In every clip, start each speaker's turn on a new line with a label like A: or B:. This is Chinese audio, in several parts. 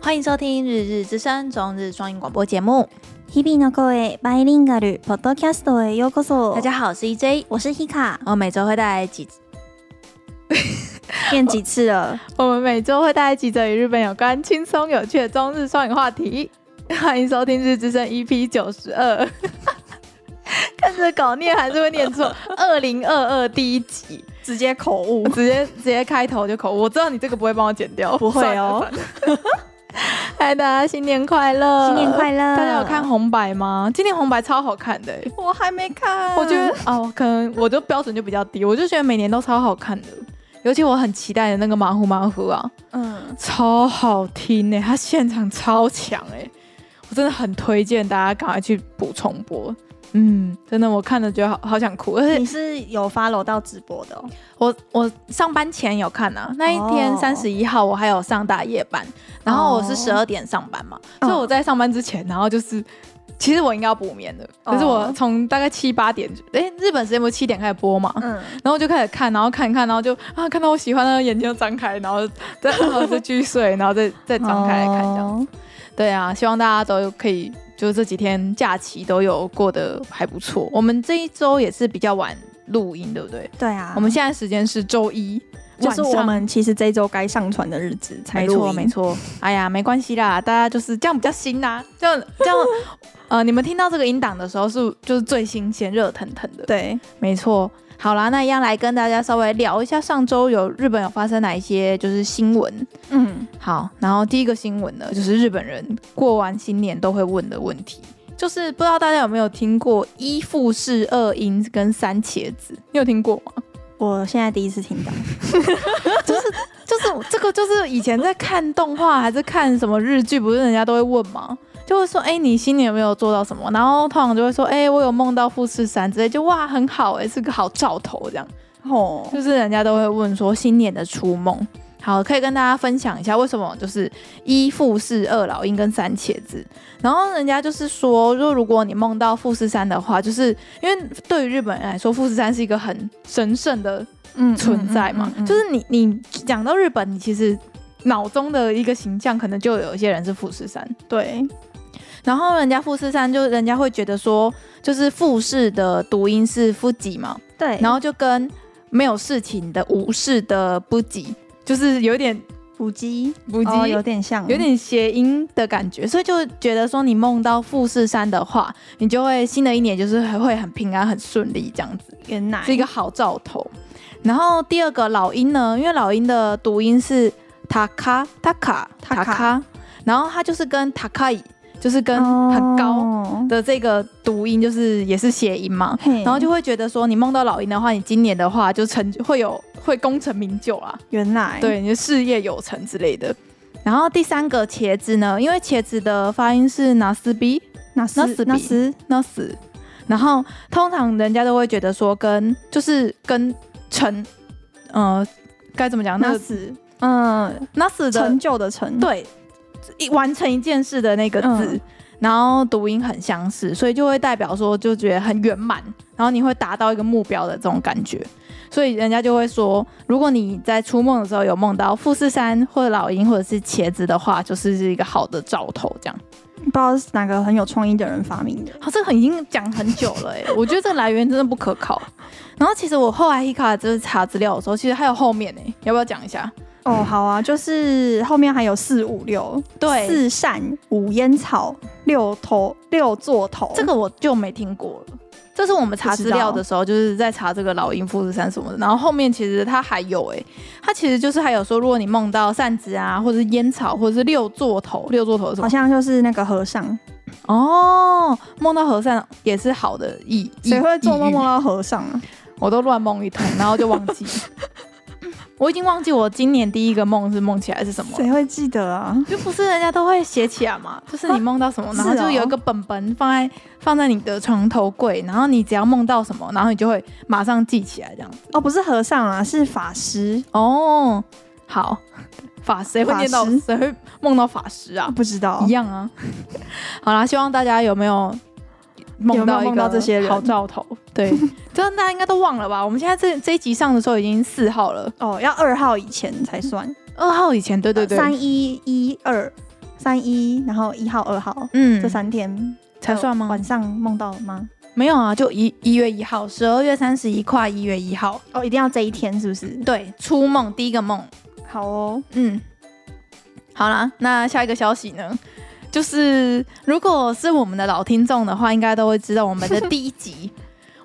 A: 欢迎收听《日日之声》中日双语广播节目。
B: 日々の声バイリンガルポッドキャストへようこそ。
A: 大家，好，我是 EJ，
B: 我是 Hika，
A: 我每周会带来几，
B: 练几次了？
A: 我们每周会带来几则与日本有关、轻松有趣的中日双语话题。欢迎收听《日之声》EP 九十二。 看着稿念还是会念错，二零二二第一集，
B: 直接口误
A: 我。直接直接开头就口误。我知道你这个不会帮我剪掉，
B: 不会
A: 算了
B: 哦。
A: 算了 嗨，大家新年快乐！
B: 呃新年快乐！
A: 大家有看？红白吗？今年红白超好看的欸、
B: 我还没看
A: 我觉
B: 嗯
A: 得哦，可能我的标准就比较低，我就觉得每年都超好看的，尤其我很期待的那个马虎马虎啊，
B: 嗯，
A: 超好听哎、欸，他现场超强哎、我真的很推荐大家赶快去补重播。嗯，真的，我看了觉得好好想哭，而且
B: 你是有 follow 到直播的哦。
A: 我我上班前有看啊，那一天
B: 哦
A: 三十一号我还有上大夜班，然后我是十二点上班嘛，
B: 嗯
A: 所以我在上班之前，然后就是。其实我应该要补眠的，可是我
B: 哦
A: 从大概七八点，哎、日本时间不是七点开始播嘛，
B: 嗯，
A: 然后我就开始看，然后看一看，然后就啊，看到我喜欢的眼睛就张开，然后再然后再继续睡，然后再
B: 嗯
A: 再张开来看这样。
B: 哦。
A: 对啊，希望大家都有可以，就是这几天假期都有过得还不错。我们这一周也是比较晚录音，对不对？
B: 对啊，
A: 我们现在时间是周一，
B: 就是
A: 晚上
B: 我们其实这周该上传的日子才
A: 没
B: 录
A: 错
B: 音
A: 没。错。哎呀，没关系啦，大家就是这样比较新啦、这样这样，呃，你们听到这个音档的时候是就是最新鲜、热腾腾的。
B: 对，
A: 没错。好啦，那一样来跟大家稍微聊一下上周有日本有发生哪一些就是新闻。
B: 嗯，
A: 好，然后第一个新闻呢，就是日本人过完新年都会问的问题，就是不知道大家有没有听过一富士二音跟三茄子，你有听过吗？
B: 我现在第一次听到。
A: 就是这个，就是以前在看动画还是看什么日剧，不是人家都会问吗？就会说，哎、你新年有没有做到什么？然后通常就会说，哎、我有梦到富士山之类，就哇，很好、哎，是个好兆头这样。
B: 哦，
A: 就是人家都会问说新年的初梦。好，可以跟大家分享一下为什么就是一富士二老鹰跟三茄子，然后人家就是说，就如果你梦到富士山的话，就是因为对于日本人来说，富士山是一个很神圣的
B: 嗯
A: 存在嘛，
B: 嗯嗯嗯嗯
A: 就是你你讲到日本，你其实脑中的一个形象，可能就有一些人是富士山，
B: 对，
A: 然后人家富士山就人家会觉得说，就是富士的读音是富吉嘛，
B: 对，
A: 然后就跟没有事情的无事的不及，就是有点
B: 腹肌，
A: 不及、
B: 哦有点像，
A: 有点谐音的感觉，所以就觉得说你梦到富士山的话，你就会新的一年就是会很平安、很顺利这样子，
B: 原来
A: 是一个好兆头。然后第二个老鹰呢，因为老鹰的读音是塔卡塔卡塔
B: Taka
A: 卡，然后它就是跟塔卡伊，就是跟很高
B: 哦
A: 的这个读音，就是也是谐音嘛。
B: 嘿
A: 然后就会觉得说，你梦到老鹰的话，你今年的话就成会有会功成名就啊，
B: 原来
A: 对，你的事业有成之类的。然后第三个茄子呢，因为茄子的发音是拿斯比
B: 那
A: 那
B: 斯
A: 斯比
B: 那斯
A: 那斯，然后通常人家都会觉得说跟就是跟成，呃，该怎么讲？那
B: 那
A: 个
B: 斯，嗯，
A: 那斯的
B: 成就的成，，
A: 对，一完成一件事的那个字，
B: 嗯
A: 然后读音很相似，所以就会代表说就觉得很圆满，然后你会达到一个目标的这种感觉。所以人家就会说，如果你在出梦的时候有梦到富士山或者老鹰或者是茄子的话，就是是一个好的兆头。这样，
B: 不知道是哪个很有创意的人发明的。
A: 好、这个已经讲很久了哎、我觉得这个来源真的不可靠。然后其实我后来 Hika 就是查资料的时候，其实还有后面哎、要不要讲一下？
B: 哦，好啊，就是后面还有四五六，
A: 对
B: 四扇五烟草六头六座头，
A: 这个我就没听过了。这是我们查资料的时候，就是在查这个老鹰富士山什么的。然后后面其实它还有、欸，它其实就是还有说，如果你梦到扇子啊，或者是烟草，或者是六座头，六座头是什
B: 好
A: 么？
B: 像就是那个和尚，
A: 哦，梦到和尚也是好的意。
B: 谁会做梦
A: 意
B: 梦
A: 义？
B: 到和尚啊？
A: 我都乱梦一通，然后就忘 记。我已经忘记我今年第一个梦是梦起来是什么了，
B: 谁会记得啊？
A: 就不是人家都会写起来嘛，就是你梦到什么，然后
B: 是哦
A: 就有一个本本放在放在你的床头柜，然后你只要梦到什么，然后你就会马上记起来这样子。
B: 哦，不是和尚啊，是法师，
A: 哦，好，法谁会念到
B: 法师
A: 谁会梦到法师啊？
B: 哦不知道
A: 一。样啊。 好啦，希望大家有没有梦
B: 有没有
A: 到一
B: 梦到
A: 个
B: 这些人
A: 好兆 头？对，这样大家应该都忘了吧？我们现在这这一集上的时候已经四号了，
B: 哦，要二号以前才算，
A: 二号以前，对对对，
B: 三一一二三一，然后一号、二号、
A: 嗯
B: 这三天
A: 才
B: 有
A: 算吗
B: 晚上梦到吗？
A: 没有啊，就一一月一号，十二月三十一跨一月一号，
B: 哦，一定要这一天是不是？
A: 对，初梦第一个梦，
B: 好哦，
A: 嗯，好啦，那下一个消息呢？就是如果是我们的老听众的话，应该都会知道我们的第一集，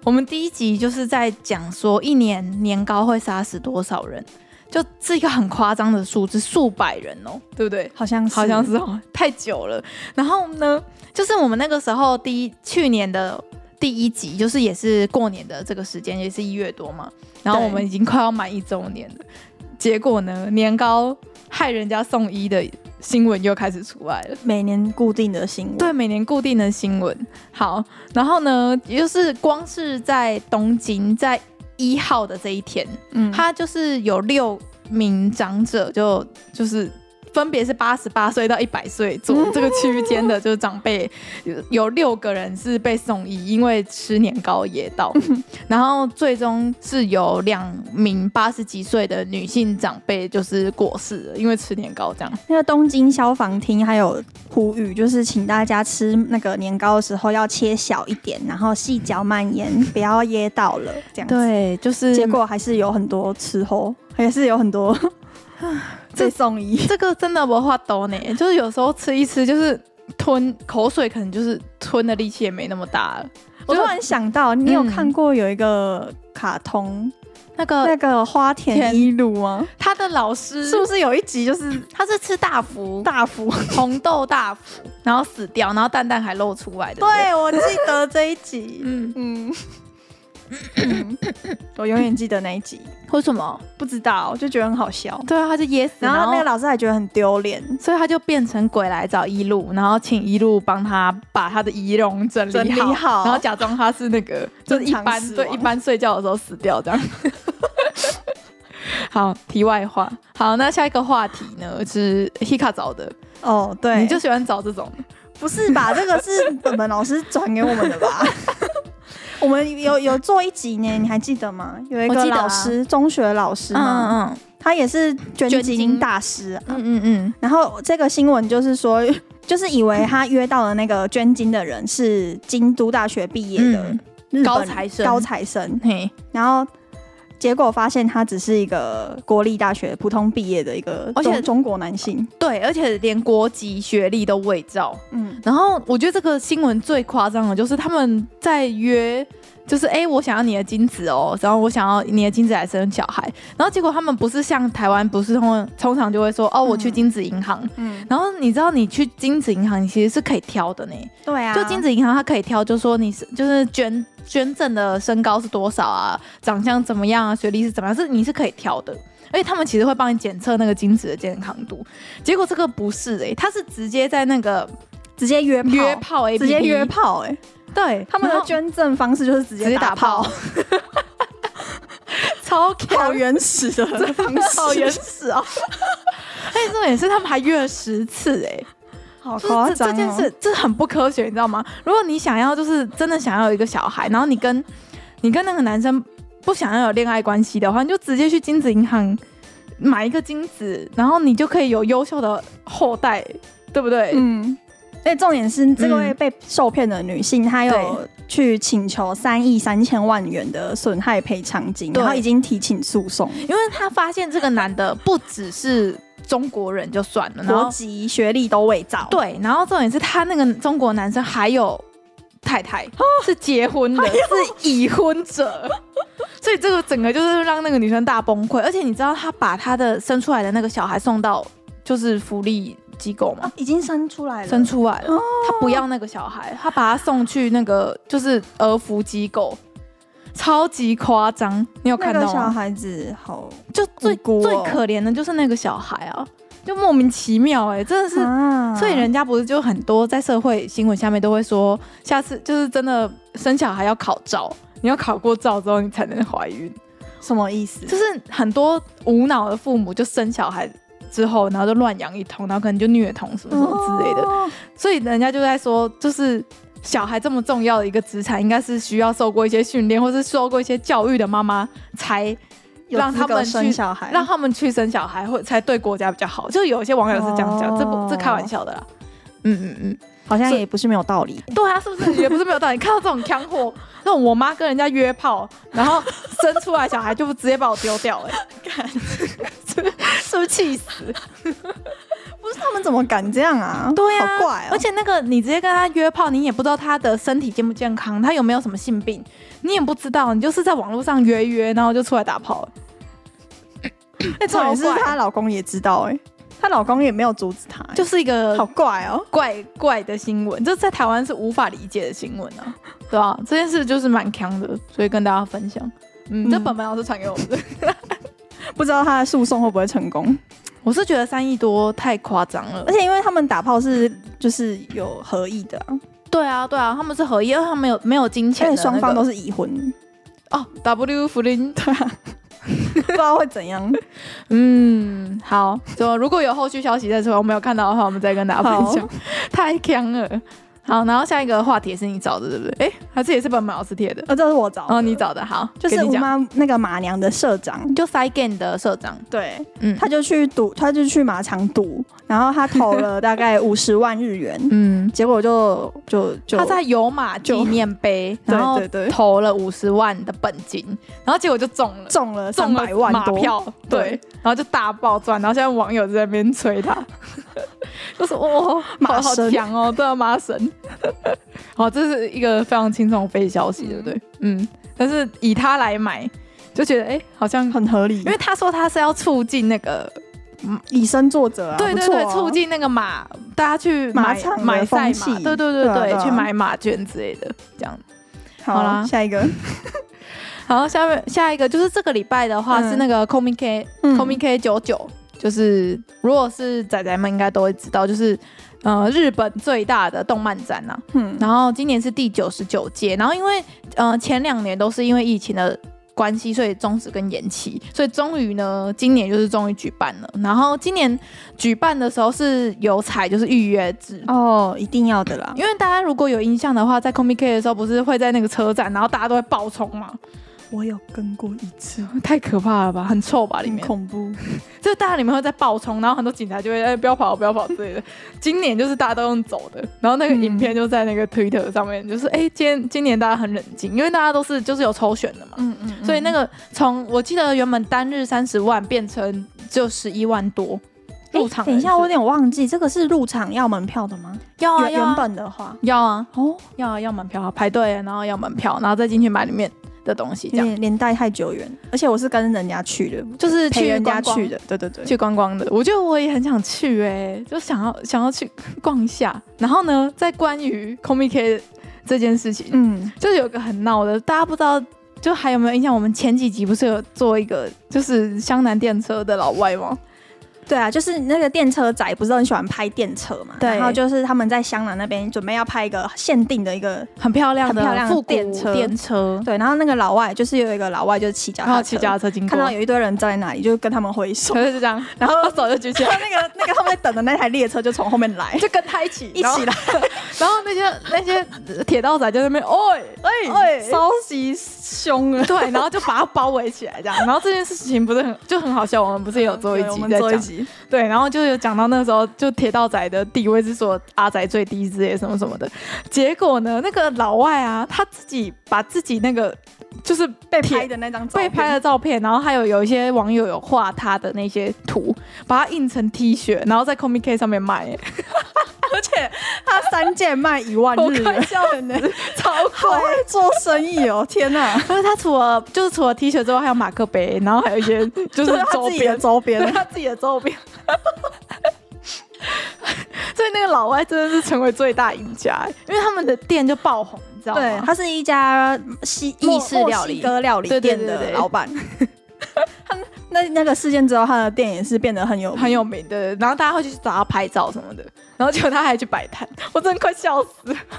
A: 我们第一集就是在讲说一年年糕会杀死多少人，就是一个很夸张的数字，数百人哦，对不对？
B: 好像是
A: 好像是哦，太久了。然后呢，就是我们那个时候第一去年的第一集，就是也是过年的这个时间，也是一月多嘛。然后
B: 对
A: 我们已经快要满一周年了，结果呢，年糕害人家送医的新闻又开始出来了。
B: 每年固定的新闻。
A: 对，每年固定的新闻。好，然后呢，也就是光是在东京，在一号的这一天，
B: 嗯，
A: 他就是有六名长者就，就是分别是八十八岁到一百岁左
B: 嗯
A: 这个区间的，就是长辈有有六个人是被送医，因为吃年糕噎 到，然后最终是有两名八十几岁的女性长辈就是过世了，因为吃年糕这样。
B: 那个东京消防厅还有呼吁，就是请大家吃那个年糕的时候要切小一点，然后细嚼慢咽，不要噎到了这样子。
A: 对，就是
B: 结果还是有很多吃货， 还是有很多被送 医。
A: 这个真的没话抖呢，就是有时候吃一吃就是吞口水，可能就是吞的力气也没那么大了。
B: 我突然想到，你有
A: 嗯
B: 看过有一个卡通，
A: 那个
B: 那个花田
A: 田
B: 一路吗？
A: 他的老师
B: 嗯 是不是有一集就是
A: 他是吃大福，
B: 大福？
A: 红豆大福，然后死掉，然后蛋蛋还露出来的。不，
B: 对，我记得这一集，
A: 嗯，
B: 嗯， 嗯我永远记得那一集，
A: 为什么？
B: 不知道，就觉得很好笑。
A: 对啊，他就噎死，
B: 然
A: 然
B: 后
A: 后
B: 那个老师还觉得很丢脸，
A: 所以他就变成鬼来找一路，然后请一路帮他把他的仪容整理好，
B: 整理好
A: 然后假装他是那个就是一
B: 正常
A: 般
B: 死
A: 对
B: 亡
A: 一般睡觉的时候死掉这样。 好，题外话。好，那下一个话题呢是 Hika 找的，
B: 哦，对，
A: 你就喜欢找这种，
B: 不是吧？这个是本本老师转给我们的 吧？我们有有做一集呢，你还记得吗？有一
A: 我
B: 个
A: 记得啊
B: 老师，中学老师嘛，
A: 嗯
B: 他也是捐
A: 捐
B: 精
A: 精
B: 大师啊、
A: 嗯嗯嗯
B: 然后这个新闻就是说， 就是以为他约到的那个捐精的人是京都大学毕业的、
A: 嗯
B: 日本
A: 高材生
B: 高材生，
A: 嘿，
B: 然后结果发现他只是一个国立大学普通毕业的一个
A: 而且
B: 中中国男性，
A: 对，而且连国籍、学历都伪造。
B: 嗯，
A: 然后我觉得这个新闻最夸张的就是他们在约，就是哎、诶我想要你的精子哦，然后我想要你的精子来生小孩。然后结果他们不是像台湾，不是通通常就会说哦，我去
B: 嗯
A: 精子银行。
B: 嗯，
A: 然后你知道，你去精子银行，你其实是可以挑的呢。
B: 对啊，
A: 就精子银行，它可以挑，就说你是就是捐捐赠的身高是多少啊，长相怎么样啊，学历是怎么样，是你是可以挑的。而且他们其实会帮你检测那个精子的健康度，结果这个不是诶、它是直接在那个
B: 直接约炮
A: 约炮 A P P
B: 直接约，炮、哎，
A: 对
B: 他们
A: 然
B: 的
A: 后
B: 捐赠方式就是直
A: 直接
B: 接
A: 打
B: 打
A: 炮
B: 炮，，
A: 超强
B: 好原始的方式，
A: 好原始 哦！但哎是重点是他们还约了十次诶、哎
B: 好
A: 就是
B: 夸
A: 这
B: 张、哦、
A: 这件事，这很不科学，你知道吗？如果你想要就是真的想要有一个小孩，然后你跟你跟那个男生不想要有恋爱关系的话，你就直接去精子银行买一个精子，然后你就可以有优秀的后代，对不对？
B: 嗯，所以重点是这位被受骗的女性，她有去请求三亿三千万元的损害赔偿金，
A: 对
B: 然后已经提请诉讼，
A: 因为他发现这个男的不只是中国人就算了，然
B: 国
A: 后
B: 籍、学历都伪造，，
A: 对，然后重点是他那个中国男生还有太太、
B: 哦
A: 是结婚的，是已婚 者，所以这个整个就是让那个女生大崩溃。而且你知道他把他的生出来的那个小孩送到就是福利机构吗？
B: 已经生出来了，
A: 生出来了，
B: 哦
A: 他不要那个小孩，他把他送去那个就是儿福机构，超级夸张。你有
B: 那
A: 看
B: 个
A: 到
B: 小
A: 吗？
B: 孩子好
A: 就最、
B: 无辜哦
A: 最可怜的就是那个小孩啊，就莫名其妙哎、真的是
B: 啊
A: 所以人家不是就很多在社会新闻下面都会说，下次就是真的生小孩要考照，你要考过照之后你才能怀孕，
B: 什么意思？
A: 就是很多无脑的父母就生小孩之后，然后就乱养一通，然后可能就虐童什么什么之类的，
B: 哦
A: 所以人家就在说，就是小孩这么重要的一个资产，应该是需要受过一些训练或是受过一些教育的妈妈才
B: 有
A: 让
B: 资
A: 他
B: 格
A: 们
B: 生
A: 去
B: 小孩，
A: 让他们去生小孩会才对国家比较好。就有一些网友是这样讲，这不这开玩
B: 哦
A: 笑的啦。嗯嗯嗯，
B: 好像
A: 所以
B: 也不是没有道理。
A: 对啊，是不是也不是没有道理？看到这种强 货，那种我妈跟人家约炮，然后生出来小孩就直接把我丢掉、欸，哎，是不是气死？
B: 不是他们怎么敢这样啊？
A: 对啊，
B: 好怪哦、
A: 而且那个你直接跟他约炮，你也不知道他的身体健不健康，他有没有什么性病，你也不知道，你就是在网络上约约，然后就出来打炮了。
B: 哎，重点是
A: 超怪
B: 她老公也知道、哎，她老公也没有阻止她、哎
A: 就是一个
B: 好怪哦、
A: 怪怪的新闻，这在台湾是无法理解的新闻 啊，对吧、这件事就是蛮强的，所以跟大家分享。嗯，
B: 嗯
A: 这本本老师传给我们的，
B: 不知道她的诉讼会不会成功。
A: 我是觉得三亿多太夸张了
B: 而。且因为他们打炮是就是有合意的、啊，
A: 对啊，对啊，他们是合一，而且他们没有没有金钱
B: 而
A: 的那
B: 且
A: 个、
B: 双方都是已婚，
A: 哦，W 福 林，
B: 不知道会怎 样。
A: 嗯，好，就如果有后续消息再说，我没有看到的话，我们再跟大家分享。太强 了，好，然后下一个话题也是你找的，对不对？哎，还是也是本本老师贴的，
B: 呃，这是我找的，
A: 哦，你找的，好，
B: 就是
A: 跟
B: 我
A: 你讲，
B: 妈那个马娘的社长，
A: 就 s i g a n 的社长，
B: 对，
A: 嗯，
B: 他就去赌，他就去马场赌，然后他投了大概五十万日元，
A: 嗯，
B: 结果就就就
A: 他在有马纪念碑，
B: 对
A: 然后
B: 对对
A: 投了五十万的本金，然后结果就中了，
B: 中了
A: 中
B: 三
A: 了
B: 百万
A: 马
B: 多，
A: 票，对，
B: 对
A: 然后就大爆赚，然后现在网友就在那边 吹他，就是哦，
B: 马
A: 好好
B: 神
A: 强哦，对啊，马神， 好，这是一个非常轻松的非消息，对不对？嗯，但是以他来买，就觉得哎、好像，
B: 很合理，因
A: 因为他说他是要促进那个，
B: 以身作则啊，
A: 对对
B: 不错
A: 对，
B: 啊
A: 促进那个马，大家去
B: 马
A: 买
B: 场的
A: 买赛
B: 风
A: 马，
B: 气
A: 对对对
B: 对啊对啊
A: 去买马券之类的，这样。好
B: 好
A: 啦
B: 啦，嗯下一个
A: 然后下面下一个就是这个礼拜的话、
B: 嗯
A: 是那个 Comic K、
B: 嗯
A: Comic K 九九，就是如果是仔仔们应该都会知道，就是呃日本最大的动漫展呐、
B: 嗯，
A: 然后今年是第九十九届，然后因为呃前两年都是因为疫情的关系，所以终止跟延期，所以终于呢今年就是终于举办了。然后今年举办的时候是有采就是预约制。
B: 哦，一定要的啦，
A: 因为大家如果有印象的话，在 Comic K 的时候，不是会在那个车站，然后大家都会爆冲嘛，
B: 我有跟过一次，
A: 太可怕了吧，很臭吧里
B: 很
A: 面，
B: 恐怖，
A: 就大家里面会在爆冲，然后很多警察就会哎、不要跑不要跑之类的。今年就是大家都用走的，然后那个
B: 嗯
A: 影片就在那个 Twitter 上面，就是哎、今天今年大家很冷静，因为大家都是就是有抽选的嘛，
B: 嗯嗯
A: 所以那
B: 个
A: 个从我记得原本单日三十万变成就十一万多。入场
B: 哎等一下，
A: 人
B: 我
A: 数
B: 有点忘记，这个是入场要门票的吗？
A: 要啊
B: 原
A: 要啊
B: 原本的话，
A: 要啊
B: 哦，
A: 要啊要门票啊排队，然后要门票，然后再进去买里面的东西，
B: 有
A: 这样
B: 点年代太久远，而且我是跟人家去的，
A: 就是去
B: 陪人家
A: 观光
B: 去的，对对对，
A: 去观光的，我觉得我也很想去哎、就想要想要去逛一下。然后呢，在关于 Comic K 这件事情，
B: 嗯，
A: 就有个很闹的，大家不知道就还有没有印象？我们前几集不是有做一个就是湘南电车的老外吗？
B: 对啊，就是那个电车仔不是很喜欢拍电车嘛，
A: 对
B: 然后就是他们在香南那边准备要拍一个限定的一个。
A: 很漂亮的
B: 很漂亮的
A: 复古
B: 电车
A: 电车，
B: 对，然后那个老外就是有一个老外就是骑脚
A: 然
B: 踏
A: 后
B: 车，
A: 哦骑脚踏车经过，
B: 看到有一堆人站在那里，就跟他们挥 手，
A: 可 是就这样，然后手就举起来，
B: 然后那个那个他们在等的那台列车就从后面来，
A: 就跟他一起
B: 一起
A: 来。然后那些那些铁道仔就在那边，哦。
B: 哎稍息凶啊！
A: 对，然后就把它包围起来，这样。然后这件事情不是很就很好笑，我们不是也有做一
B: 对我
A: 集
B: 们
A: 在
B: 做一
A: 讲，
B: 集，
A: 对，然后就有讲到那时候就铁道仔的地位是说阿仔最低之类什么什么的，结果呢，那个老外啊，他自己把自己那个就是
B: 被
A: 铁
B: 拍的那张照
A: 被
B: 片，
A: 拍的照片，然后还有有一些网友有画他的那些图，把它印成 T 恤，然后在 Comic K 上面 卖、欸，
B: 而且他三件卖一万
A: 我
B: 日
A: 快
B: 元，
A: 笑死， 超
B: 好
A: 快。
B: 会做生意哦！天哪，
A: 但是他除了就是除了 T 恤之外，还有马克杯，然后还有 一些
B: 就
A: 就是
B: 是他
A: 周
B: 自己的
A: 边，
B: 周
A: 对
B: 边，
A: 他自己的周边。 所以那个老外真的是成为最大赢家，因为他们的店就爆红，你知道
B: 对，
A: 吗？
B: 他是一家西
A: 意式
B: 墨
A: 料理
B: 墨西哥料理店
A: 对对对
B: 的
A: 对
B: 老板。 他那那个事件之后，他的店也是变 得很有
A: 很
B: 有
A: 有名的，然后大家会去找他拍照什么的，然后结果他还去摆摊， 我真的快笑死了。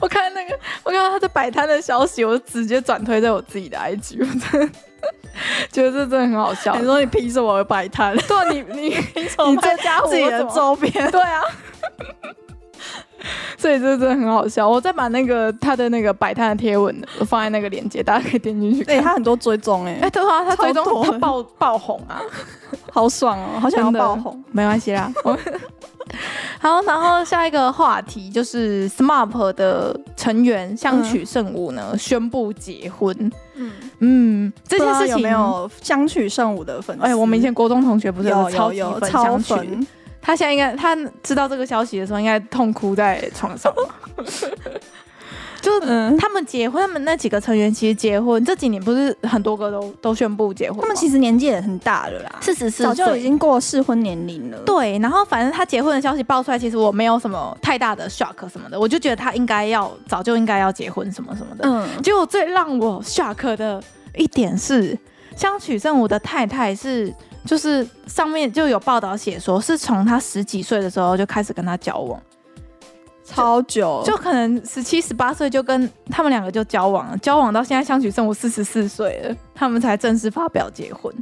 A: 我看那个，我看到他在摆摊的消息，我就直接转推在我自己的 IG，我真的觉得这真的很好笑。
B: 你说你凭什么摆摊？
A: 对你你
B: 么
A: 你这家伙
B: 哦 自己的
A: 我怎么
B: 周边，
A: 对啊。啊所以这真的很好笑。我再把那个他的那个摆摊的贴文放在那个链接，大家可以点进去看。
B: 对他很多追踪哎、
A: 哎、对啊，他最
B: 超
A: 终
B: 多
A: 他爆爆红啊，
B: 好爽哦，好想要
A: 真的
B: 爆红。，
A: 没关系 啦。我好，然后下一个话题就是 SMAP 的成员相取圣武呢、宣布结婚。
B: 嗯，
A: 嗯，这
B: 这
A: 件
B: 件
A: 事
B: 事
A: 情
B: 情有没？有相取圣武的粉丝？
A: 哎、我们以前国中同学不是
B: 有有
A: 超级
B: 有
A: 粉
B: 超
A: 相取
B: 粉，
A: 他现在应该，他知道这个消息的时候，应该痛哭在床 上吧。就
B: 嗯，
A: 他们结婚，他们那几个成员其实结婚这几年不是很多个都都宣布结婚吗，
B: 他们其实年纪也很大了啦，
A: 四十四
B: 早就已经过适婚年龄了。
A: 对。然后反正他结婚的消息爆出来，其实我没有什么太大的 shock 什么的，我就觉得他应该要早就应该要结婚什么什么的。
B: 嗯，
A: 结果最让我 shock 的一点是，相取正武的太太是，就是上面就有报道写说，是从他十几岁的时候就开始跟他交往，
B: 超久，
A: 就可能十七、十八岁就跟他们两个就交往了，交往到现在相取正武四十四岁了，他们才正式发表结婚，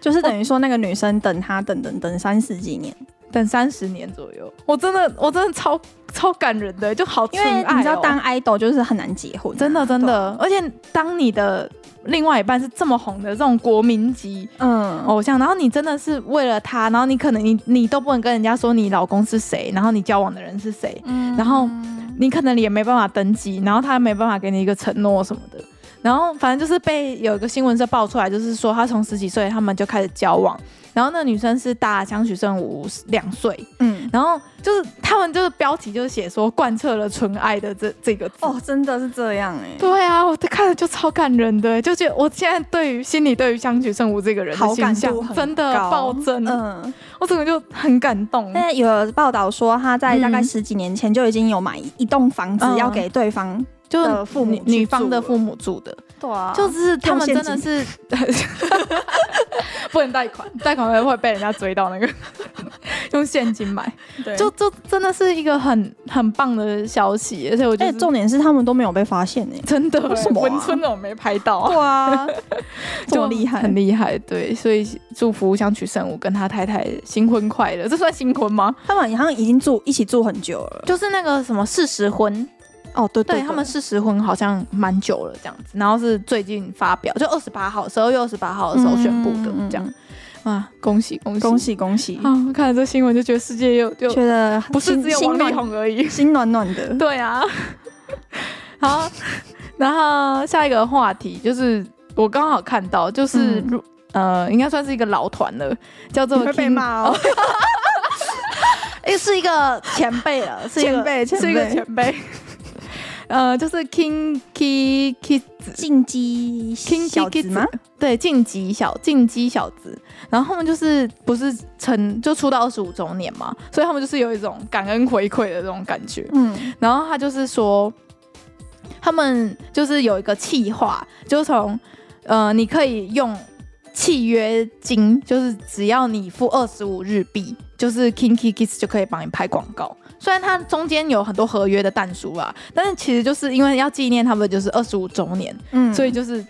B: 就是等于说那个女生等他等等等三十几年，
A: 等三十年左右，我真的我真的超超感人的，就好
B: 因
A: 纯爱、
B: 为
A: 哦，
B: 你知道当 idol 就是很难结婚啊，
A: 真的真的，而且当你的另外一半是这么红的这种国民级。
B: 嗯，
A: 偶像，然后你真的是为了他，然后你可能你你都不能跟人家说你老公是谁，然后你交往的人是谁，
B: 嗯
A: 然后你可能也没办法登记，然后他没办法给你一个承诺什么的。然后反正就是被有一个新闻社爆出来，就是说他从十几岁他们就开始交往，然后那女生是大江许胜武两岁，
B: 嗯，
A: 然后就是他们就是标题就是写说贯彻了纯爱的这这个字。
B: 哦，真的是这样哎，
A: 对啊，我看了就超感人的，欸就觉得我现在对于心里对于香取慎吾这个人的
B: 好
A: 形
B: 感
A: 象
B: 度很
A: 真的
B: 高
A: 暴增，
B: 嗯，
A: 我整个就很感动。
B: 那有报道说他在大概
A: 嗯
B: 十几年前就已经有买一栋房子
A: 嗯
B: 要给对方，
A: 就
B: 的父母
A: 女
B: 去
A: 女方
B: 住
A: 的
B: 了
A: 父母住的，
B: 对啊就
A: 就是是他们
B: 现
A: 真的是 不能贷款，贷款会会被人家追到那个， 用现金买，就
B: 就
A: 就真的是一个很很棒的消息，而且我觉
B: 哎，
A: 得
B: 重点是他们都没有被发现哎，
A: 真的
B: 为什么啊
A: 文春的我没拍到啊，
B: 啊， 这么厉害
A: 很，厉害，对，所以祝福相取圣武跟他太太新婚快乐，这 算新婚吗？
B: 他们好像已经住一起住很久了，
A: 就是那个什么事实婚，
B: 哦，对
A: 对他们事实婚好像蛮久了这样子，然后是最近发表，就二十八号，十二月二十八号的时候宣布的
B: 嗯嗯嗯
A: 这样，啊，恭喜恭喜
B: 恭喜恭喜，
A: 啊！看了这新闻就觉得世界又又
B: 觉得
A: 不是
B: 心
A: 只有
B: 心
A: 王力
B: 暖
A: 宏而已，
B: 心暖暖的，
A: 对啊，好，然后下一个话题就是我刚好看到，就是、
B: 嗯
A: 如呃，应该算是一个老团了，叫做
B: 你 会被
A: King-
B: 骂哦，
A: 诶，是一个前辈 了，是一个
B: 前辈前辈
A: 是一个前辈。 呃，就是 King Ki Ki
B: 进击
A: King
B: 小子
A: Kids
B: 吗？
A: 对晋级小晋级小子，然后他们就是不是成就出道二十五周年嘛，所以他们就是有一种感恩回馈的这种感觉。
B: 嗯，
A: 然后他就是说，他们就是有一个企划，就从呃，你可以用契约金，就是只要你付二十五日币，就是 Kinky Kiss 就可以帮你拍广告。虽然它中间有很多合约的淡书啊，但是其实就是因为要纪念他们就是二十五周年，
B: 嗯
A: 所以就是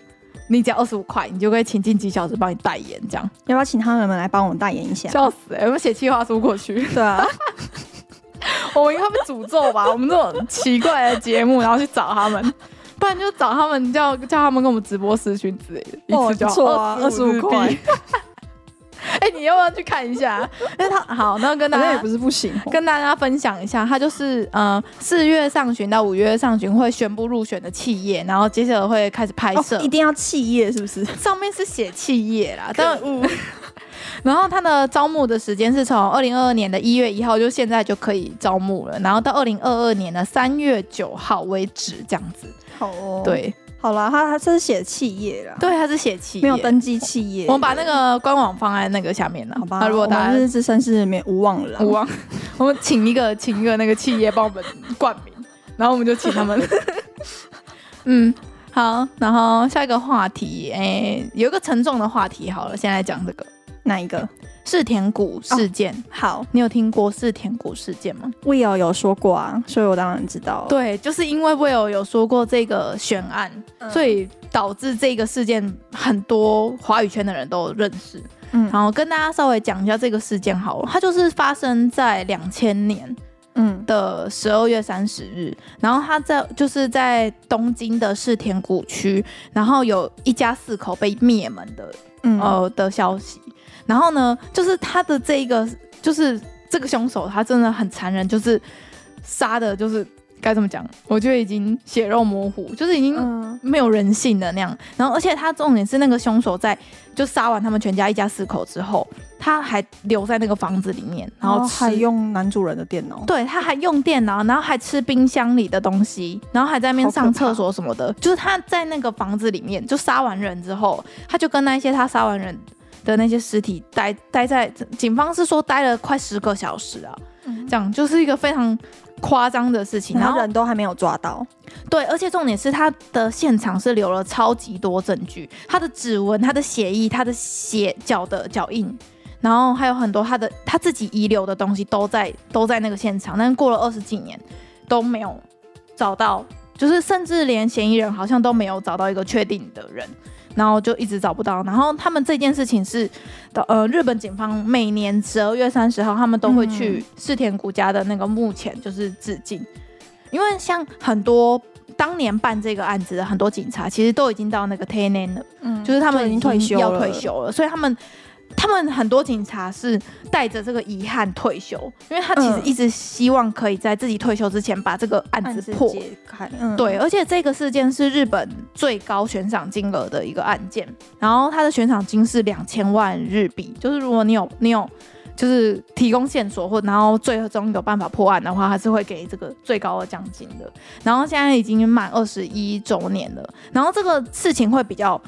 A: 你只要二十五块，你就可以请进几小时帮你代言，这样
B: 要不要请他们来帮我们代言一下？
A: 笑死、欸！我们写企划书过去。
B: 对啊，
A: 我们应该被诅咒吧？我们这种奇怪的节目，然后去找他们，不然就找他们叫叫他们跟我们直播私讯之类的，一
B: 哦
A: 次就
B: 不错啊
A: 25
B: 25块
A: 日币。 哎、你要不要去看一下？因为他好，那跟大
B: 那也
A: 家
B: 不是不行哦，
A: 跟大家分享一下，他就是呃四月上旬到五月上旬会宣布入选的企业，然后接着会开始拍摄、
B: 哦一定要企业是不是？
A: 上面是写企业啦，但嗯
B: 恶，
A: 然后它的招募的时间是从二零二二年的一月一号，就现在就可以招募了，然后到二零二二年的三月九号为止，这样子。
B: 好哦，，
A: 对
B: 好啦，他他这是写企业啦，，
A: 对，它是写企业，
B: 没有。登记企业，
A: 我们把那个官网放在那个下面了，
B: 好吧，
A: 那如果
B: 我
A: 大
B: 们
A: 家
B: 是资深是没无望了啦，
A: 无望， 我们请一个请一个那个企业帮我们冠名，然后我们就请 他们。嗯，好，然后下一个话题，哎、有一个沉重的话题，好了，现在讲这个
B: 哪一个？
A: 世田谷事件。
B: 好
A: 你有听过世田谷事件吗？
B: ，Will 有说过啊，所以我当然知道，，
A: 对，就是因为 Will 有说过这个悬案，
B: 嗯
A: 所以导致这个事件很多华语圈的人都认识。
B: 嗯
A: 然后跟大家稍微讲一下这个事件好了，它就是发生在两千年，
B: 嗯，
A: 的十二月三十日，然后他在就是在东京的世田谷区，然后有一家四口被灭门的
B: 嗯
A: 呃的消息。然后呢，就是他的这一个，就是这个凶手，他真的很残忍，就是杀的，就是该怎么讲？我觉得已经血肉模糊，就是已经
B: 嗯
A: 没有人性的那样。然后，而且他重点是那个凶手在就杀完他们全家一家四口之后，他还留在那个房子里面，然
B: 然
A: 后
B: 后
A: 吃
B: 哦还用男主人的电脑，
A: 对，他还用电脑，然后还吃冰箱里的东西，然后还在那边
B: 好可
A: 上厕
B: 怕
A: 所什么的。就是他在那个房子里面，就杀完人之后，他就跟那些他杀完人的那些尸体待待在，警方是说待了快十个小时啊，
B: 嗯
A: 这样就是一个非常夸张的事情。
B: 然
A: 然
B: 后
A: 后
B: 人都还没有抓到，
A: 对，而且重点是他的现场是留了超级多证据，他的指纹、他的血迹、他的血脚的脚印，然后还有很多他的他自己遗留的东西都在都在那个现场，但是过了二十几年都没有找到，就是甚至连嫌疑人好像都没有找到一个确定的人。然后就一直找不到，然后他们这件事情是，呃，日本警方每年十二月三十号，他们都会去世田谷家的那个墓前，就是致敬，因为像很多当年办这个案子的很多警察，其实都已经到那个 t e n e n 了，
B: 嗯
A: 就是他们
B: 已经退休
A: 要
B: 了
A: 退，休了，所以他们他们很多警察是带着这个遗憾退休，因为他其实
B: 嗯
A: 一直希望可以在自己退休之前把这个案
B: 案
A: 子
B: 子
A: 破。
B: 解开，嗯
A: 对，，而且这个事件是日本最高悬赏金额的一个案件，然后它的悬赏金是两千万日币，就是如果你有你有就是提供线索或然后最终有办法破案的话，它是会给这个最高的奖金的。然后现在已经满二十一周年了，然后这个事情会比较。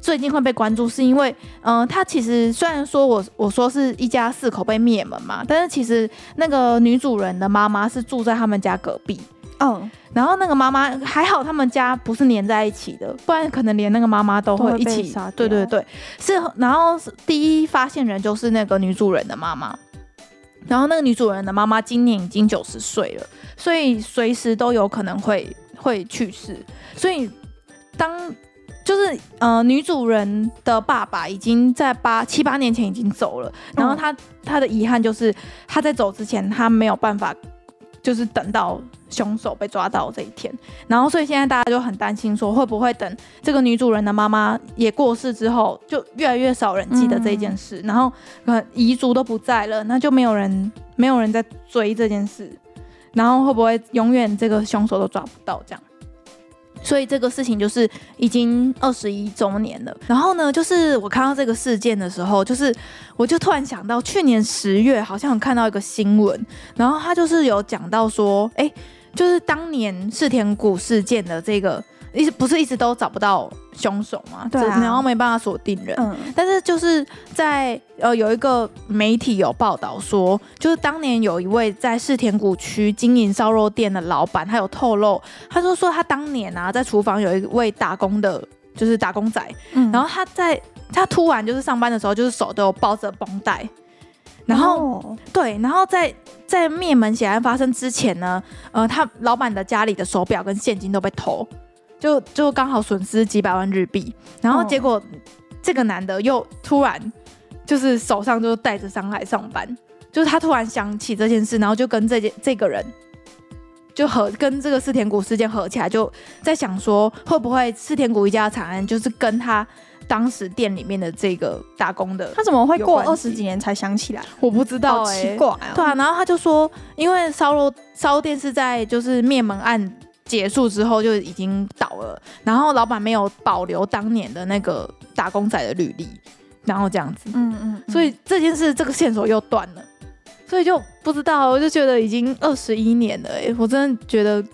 A: 最近会被关注，是因为，嗯、它其实虽然说我我说是一家四口被灭门嘛，但是其实那个女主人的妈妈是住在他们家隔壁，
B: 嗯，
A: 然后那个妈妈还好，他们家不是黏在一起的，不然可能连那个妈妈都会一
B: 都会被
A: 起
B: 杀。掉
A: 对对对，是。然后是第一发现人就是那个女主人的妈妈，然后那个女主人的妈妈今年已经九十岁了，所以随时都有可能会会去世。所以当就是呃，女主人的爸爸已经在八七八年前已经走了，然后
B: 嗯
A: 他、他的遗憾就是他在走之前他没有办法，就是等到凶手被抓到这一天，然后所以现在大家就很担心说会不会等这个女主人的妈妈也过世之后，就越来越少人记得这件事，然后可能遗族都不在了，那就没有人没有人在追这件事，然后会不会永远这个凶手都抓不到这样？所以这个事情就是已经二十一周年了。然后呢，就是我看到这个事件的时候，就是我就突然想到，去年十月好像有看到一个新闻，然后他就是有讲到说，哎，就是当年世田谷事件的这个一直不是一直都找不到凶手嘛，
B: 对啊
A: 只然后没办法锁定人，
B: 嗯，
A: 但是就是在呃有一个媒体有报道说，就是当年有一位在世田谷区经营烧肉店的老板，他有透露，他说说他当年啊在厨房有一位打工的，就是打工仔，
B: 嗯
A: 然后他在他突然就是上班的时候，就是手都有包着绷带，然后
B: 后
A: 对，然后在在灭门血案发生之前呢，呃，他老板的家里的手表跟现金都被偷，就就刚好损失几百万日币。然后
B: 哦
A: 结果、这个男的又突然就是手上就带着伤害上班，就是他突然想起这件事，然后就跟这件这个人。就合跟这个四田谷事件合起来，就在想说会不会四田谷一家的惨案就是跟他当时店里面的这个打工的
B: 他怎么会
A: 有
B: 过
A: 关
B: 二
A: 系
B: 十几年才想起来？
A: 我不知道
B: 好
A: 哎、
B: 奇怪啊！
A: 对啊，然后他就说，因为烧肉烧肉店是在就是灭门案结束之后就已经倒了，然后老板没有保留当年的那个打工仔的履历，然后这样子，
B: 嗯嗯嗯，
A: 所以这件事这个线索又断了，所以就不知道，我就觉得已经二十一年了、欸，我真的觉得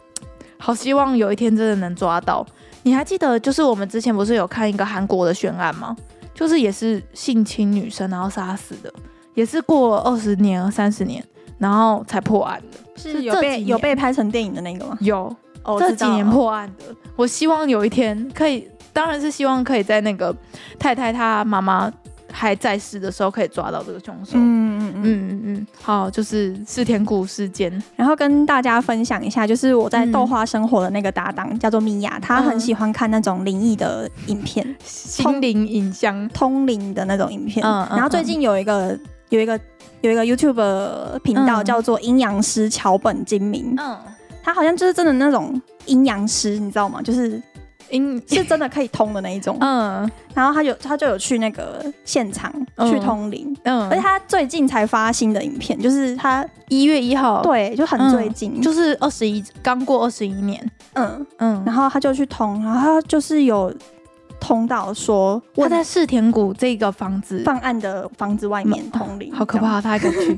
A: 好希望有一天真的能抓到。你还记得就是我们之前不是有看一个韩国的悬案吗？就是也是性侵女生然后杀死的，也是过了二十年三十年，然后才破案的。是
B: 是有
A: 这几
B: 被
A: 年
B: 有被拍成电影的那个吗？
A: 有
B: 哦
A: 这几年，破案的，我希望有一天可以，当然是希望可以在那个太太她妈妈还在世的时候可以抓到这个凶手。
B: 嗯嗯嗯。
A: 嗯嗯，嗯，好，就是四田谷事件，
B: 然后跟大家分享一下，就是我在
A: 嗯
B: 豆花生活的那个搭档叫做米娅，她很
A: 嗯
B: 喜欢看那种灵异的影 片，
A: 心灵影像，
B: 通灵的那种影片。
A: 嗯嗯
B: 然后最近有一个有一个有一个 YouTube 频道
A: 嗯
B: 叫做阴阳师桥本精明，
A: 嗯，
B: 他好像就是真的那种阴阳师，你知道吗？就是
A: 因。
B: 是真的可以通的那一种
A: 嗯
B: 然后他有他就有去那个现场
A: 嗯
B: 去通灵，
A: 嗯，
B: 而且他最近才发新的影片，就是他
A: 一月一号，，
B: 对就很最近，就
A: 就是二十一，刚过二十一年，
B: 嗯，
A: 嗯，
B: 然后他就去通，然后他就是有通到说
A: 他
B: 问
A: 在世田谷这个房子，
B: 犯案的房子外面通灵，
A: 嗯好可
B: 这样。
A: 怕，他还敢 去，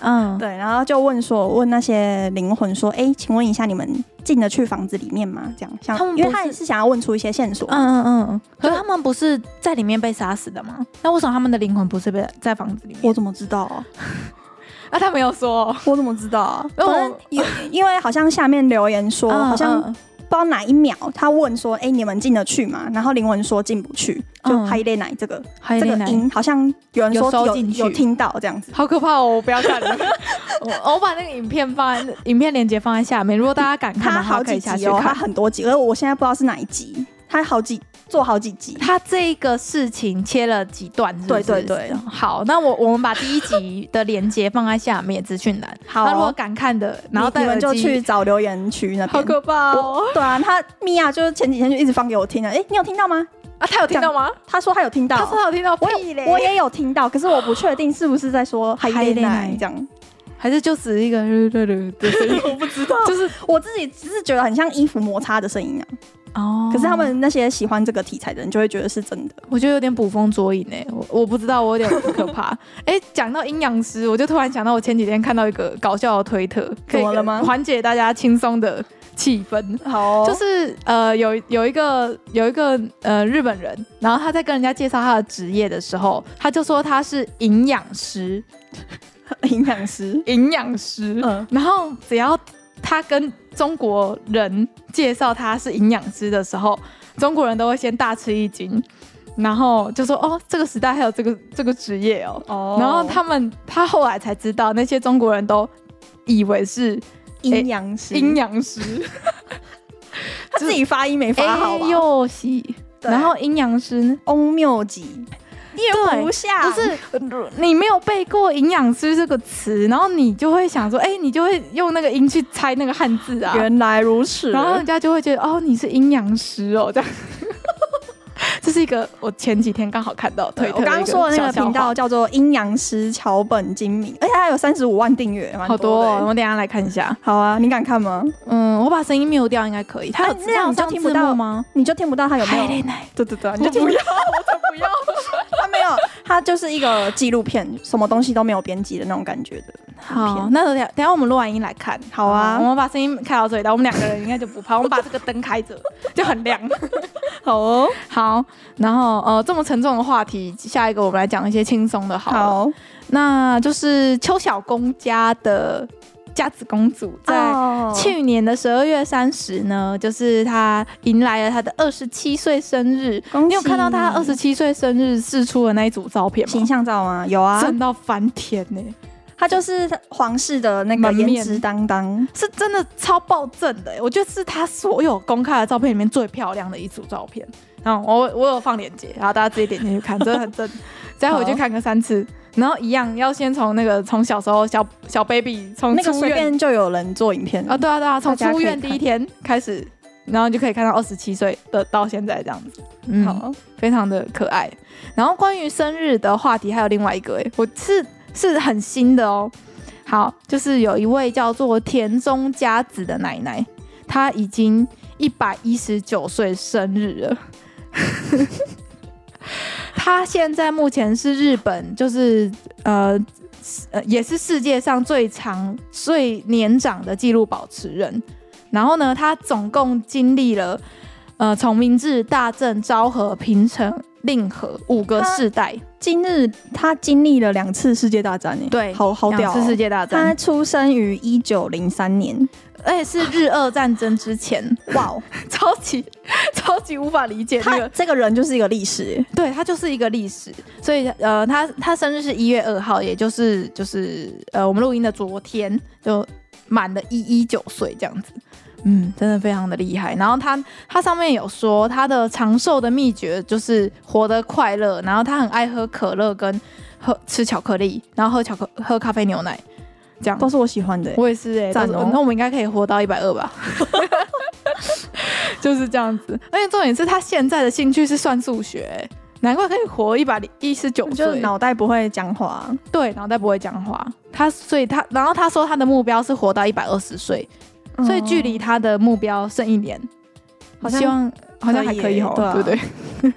A: 嗯，
B: 对，然后就问说，问那些灵魂说，哎，请问一下，你们进得去房子里面吗？这样，
A: 他
B: 像
A: 们
B: 因为
A: 不
B: 他
A: 是
B: 也是想要问出一些线索，
A: 嗯嗯嗯，可是他们不是在里面被杀死的吗？那为什么他们的灵魂不是被在房子里面？
B: 我怎么知道啊？
A: 啊，他没有说，
B: 我怎么知道啊？
A: 因为我
B: 反正因因为好像下面留言说，
A: 嗯
B: 好像
A: 嗯
B: 不知道哪一秒他问说，哎、你们进得去吗？然后灵魂说进不去，就
A: 嗯
B: High l n 这个
A: 还有
B: 这
A: 点
B: 个
A: 难
B: 音，好像有人
A: 有
B: 说
A: 收
B: 有
A: 进去
B: 有听到这样子。
A: 好可怕哦！我不要看了， 我我把那个影片放在影片链接放在下面，如果大家敢看
B: 他
A: 的话，
B: 好
A: 可以
B: 几
A: 下去
B: 集哦，他
A: 看。
B: 很多集，而我现在不知道是哪一集，他好几做好几集。
A: 他这个事情切了几段是不是，
B: 对对对
A: 好，那我我们把第一集的链接放在下面资讯栏。
B: 好
A: 那如果
B: 哦，
A: 敢看的，然后
B: 你
A: 戴
B: 你们
A: 耳
B: 就
A: 机，
B: 去找留言区那
A: 好
B: 边。
A: 可怕哦！
B: 我对啊，他米娅就是前几天就一直放给我听的，哎、你有听到吗？
A: 啊，他有听到吗？
B: 他说他有听到，
A: 他说他有听到，
B: 我
A: 屁
B: 有
A: 嘞
B: 我也有听到，可是我不确定是不是在说 High
A: High
B: l
A: Lane
B: n 这样。
A: 还是就只是一个的声音，我不知道，就是
B: 我自己只是觉得很像衣服摩擦的声音啊，
A: 哦。
B: 可是他们那些喜欢这个题材的人就会觉得是真的。
A: 我觉得有点捕风捉影哎、我我不知道，我有点可怕。哎、讲到阴阳师，我就突然想到，我前几天看到一个搞笑的推特，可
B: 怎
A: 以
B: 么了吗
A: 缓解大家轻松的气氛。
B: 好、哦
A: 就
B: 就是
A: 是呃，有有一个有一个呃日本人，然后他在跟人家介绍他的职业的时候，他就说他是营养师，
B: 营养师，
A: 营养师，
B: 嗯，
A: 然后只要他跟中国人介绍他是营养师的时候，中国人都会先大吃一惊，然后就说：“哦，这个时代还有这个这个职业哦。
B: 哦
A: 然后他们他后来才知道，那些中国人都以为是
B: 阴阳师，
A: 阴阳师，
B: 他自己发音没发 好吧？
A: 又西，
B: 对
A: 哎然后阴阳师呢
B: 翁谬吉，
A: 对
B: 也不啊像，
A: 不是呃你没有背过营养师这个词，然后你就会想说，哎、你就会用那个音去猜那个汉字啊。
B: 原来如此。
A: 然后人家就会觉得哦，你是阴阳师哦，这样。这是一个我前几天刚好看到推
B: 对，
A: 特
B: 我刚刚说的那个频道
A: 一
B: 叫做阴阳师桥本精明，而且他有三十五万订阅，
A: 小笑话
B: 蛮
A: 好多、
B: 多的
A: 哦，我等一下来看一下。
B: 好啊，你敢看吗？
A: 嗯，我把声音 mute 掉应该可以。它有
B: 啊
A: 这
B: 那
A: 样
B: 样
A: 上
B: 就听不
A: 字幕
B: 到
A: 吗？
B: 你就听不到他有没
A: 嗨
B: 有？
A: 嘞奶，
B: 对对对，你
A: 我
B: 就听
A: 不
B: 不
A: 要
B: 到，
A: 我才不要。
B: 他没有，他就是一个纪录片，什么东西都没有编辑的那种感觉的。
A: 好，那等一下等一下我们录完音来看。
B: 好啊
A: 我们把声音开到最大，我们两个人应该就不怕。我们把这个灯开着，就很亮。
B: 好哦，
A: 好，然后呃，这么沉重的话题，下一个我们来讲一些轻松的好了。
B: 好，
A: 那就是邱小公家的家子公主在。
B: 哦
A: 去年的十二月三十呢，就是她迎来了她的二十七岁生日。
B: 恭喜
A: 你有看到她二十七岁生日试出的那一组照片吗？
B: 形象照吗？有啊，
A: 真到翻天呢、
B: 他就是皇室的那个
A: 门面
B: 颜值担当。
A: 是真的超暴政的、欸。我觉得是她所有公开的照片里面最漂亮的一组照片。然后我我有放链接，然后大家自己点进去看，真的很真。再回去看个三次，然后一样要先从那个从小时候小小 baby 从
B: 那个
A: 出
B: 随
A: 院
B: 便就有人做影片
A: 啊，对啊对啊，从
B: 大家
A: 出
B: 可以
A: 院第
B: 看
A: 一天开始，然后你就可以看到二十七岁的到现在这样子，嗯，
B: 好，
A: 非常的可爱。然后关于生日的话题还有另外一个、欸，我是是很新的哦。好，就是有一位叫做田中佳子的奶奶，她已经一百一十九岁生日了。 她现在目前是日本，就是呃呃，也是世界上最长、最年长的纪录保持人。然后呢，她总共经历了呃从明治、大正、昭和、平成、令和五个
B: 她
A: 世代，
B: 今日他经历了两次世界大战诶，
A: 对
B: 好好屌
A: 两
B: 哦。
A: 次世界大
B: 他
A: 战，
B: 出生于一九零三 年，
A: 而且是日俄战争之前。
B: 哇哦，
A: 超级超级无法理解那
B: 他
A: 个，
B: 这个人就是一个历史欸耶，
A: 对，它就是一个历史。所以呃，他他生日是一月二号，也就是就是呃我们录音的昨天就满了一一九岁这样子。嗯，真的非常的厉害。然后他他上面有说他的长寿的秘诀就是活得快乐，然后他很爱喝可乐跟喝吃巧克力，然后喝巧克喝咖啡牛奶，这样。
B: 都是我喜欢的欸、
A: 我也是哎、欸，
B: 赞
A: 但是
B: 哦
A: 那我们应该可以活到一百二吧？ 就是这样子，而且重点是他现在的兴趣是算数学欸、难怪可以活一百一十九
B: 就
A: 岁。
B: 脑袋不会讲话、
A: 对，脑袋不会讲话，他所以他，然后他说他的目标是活到一百二十岁，所以距离他的目标剩一年，
B: 好像
A: 希望好像还可以哦，
B: 可以耶
A: 对不对？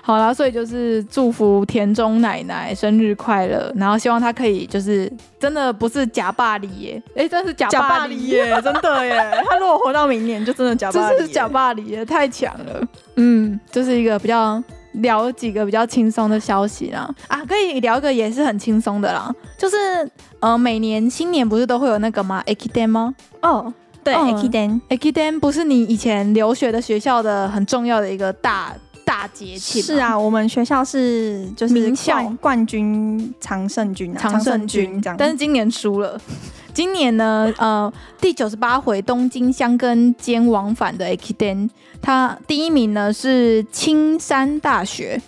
A: 好啦，所以就是祝福田中奶奶生日快乐，然后希望她可以就是真的不是假巴黎耶，哎，真的是假
B: 假
A: 巴
B: 巴
A: 黎
B: 黎耶，真的耶！ 他如果活到明年，就真的假巴黎
A: 这
B: 耶，
A: 是假巴黎耶，太强了。嗯，这是一个比较聊几个比较轻松的消息啦。啊，可以聊一个也是很轻松的啦，就是呃，每年新年不是都会有那个吗 a k i d e n 吗
B: 哦。对
A: 嗯
B: a k i d e n
A: a k i d e n 不是你以前留学的学校的很重要的一个大大节庆吗
B: 是，啊，我们学校是就是
A: 名校
B: 冠冠军常胜军啊，
A: 常胜军
B: 军这样。
A: 但是今年输了。今年呢，呃，第九十八回东京箱根间往返的 a k i d e n 它第一名呢是青山大学，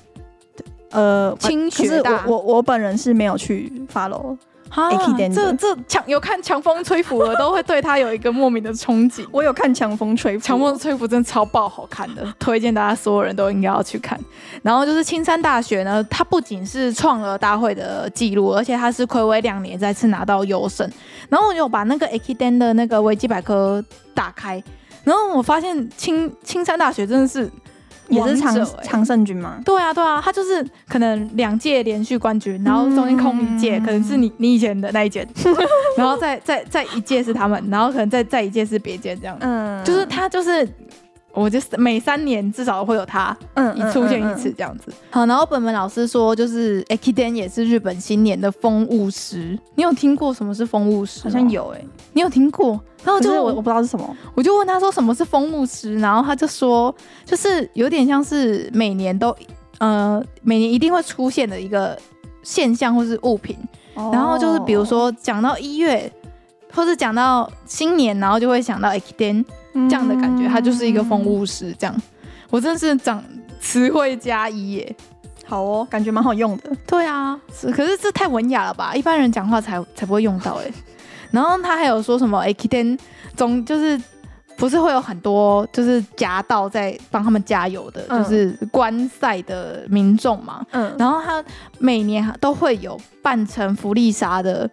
B: 呃，
A: 青
B: 可
A: 学
B: 是
A: 大
B: 我。我我本人是没有去 follow，
A: 哈
B: Ekiden
A: 这
B: 的
A: 这强有看强风吹拂的都会对他有一个莫名的憧憬。
B: 我有看强风吹拂，
A: 强风吹拂真的超爆好看的，推荐大家所有人都应该要去看。然后就是青山大学呢，它不仅是创了大会的记录，而且它是暌违两年再次拿到优胜。然后我有把那个 Ekiden 的那个维基百科打开，然后我发现青青山大学真的是
B: 也是常
A: 王者欸
B: 常胜军吗？
A: 对啊，对啊，他就是可能两届连续冠军，然后中间空一届，
B: 嗯
A: 可能是你你以前的那 一届，然后再再再一届是他们，然后可能再再一届是别届这样，
B: 嗯
A: 就是他就是。我就是每三年至少会有他
B: 嗯
A: 一出现一次，这样子。好，然后本本老师说，就是 a k i d e n 也是日本新年的风物诗。你有听过什么是风物诗？
B: 好像，有哎，
A: 你有听过？然后
B: 可
A: 就是是
B: 我
A: 我
B: 我不知道是什么，
A: 我就问他说什么是风物诗，然后他就说就是有点像是每年都呃每年一定会出现的一个现象或是物品，
B: 哦
A: 然后就是比如说讲到一月。或是讲到新年，然后就会想到 e k i d e n
B: 这
A: 这样的感
B: 嗯
A: 觉，它就是一个风，物诗这样。我真的是长词汇加一耶。
B: 好哦，感觉蛮好用的。
A: 对啊，是，可是这太文雅了吧？一般人讲话才才不会用到哎、然后他还有说什么 a k i d e n 总就是不是会有很多就是夹道在帮他们加油的，
B: 嗯
A: 就是观赛的民众嘛。
B: 嗯
A: 然后他每年都会有扮成福利莎的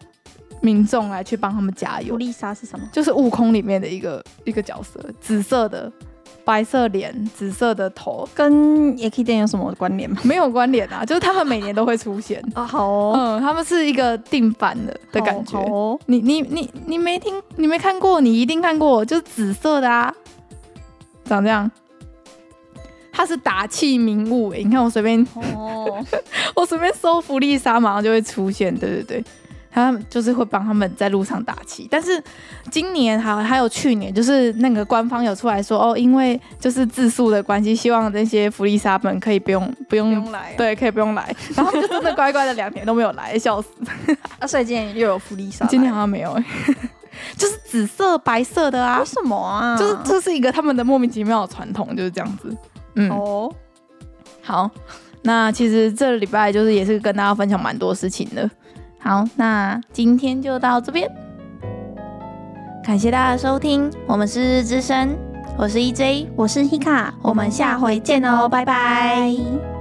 A: 民众来去帮他们加油
B: 尤。丽莎是什么？
A: 就是悟空里面的一个一个角色，紫色的，白色脸，紫色的头，
B: 跟 a k i d e n 有什么关联吗？
A: 没有关联啊，就是他们每年都会出现。
B: 啊，好哦
A: 嗯，他们是一个定番的的感觉。
B: 好哦，
A: 你你你你没听，你没看过，你一定看过，就是紫色的啊，长这样。它是打气名物诶、你看我随便
B: 哦，
A: 我随便搜福利莎，马上就会出现。对对对，他们就是会帮他们在路上打气。但是今年还还有去年，就是那个官方有出来说哦，因为就是自诉的关系，希望那些福利莎们可以不用不用
B: 不用来啊
A: 对，可以不用来。然后就真的乖乖的两年都没有来，笑死。
B: 啊，所以今年又有福利莎来，
A: 今年好像没有、 欸，就是紫色白色的啊
B: 为，什么啊？
A: 就是这是一个他们的莫名其妙的传统，就是这样子。嗯，
B: 哦，
A: 好，那其实这礼拜就是也是跟大家分享蛮多事情的。好，那今天就到这边，感谢大家的收听，我们是日日之声，我是 E EJ，
B: 我是 Hika，
A: 我们下回见哦，拜拜。
B: 拜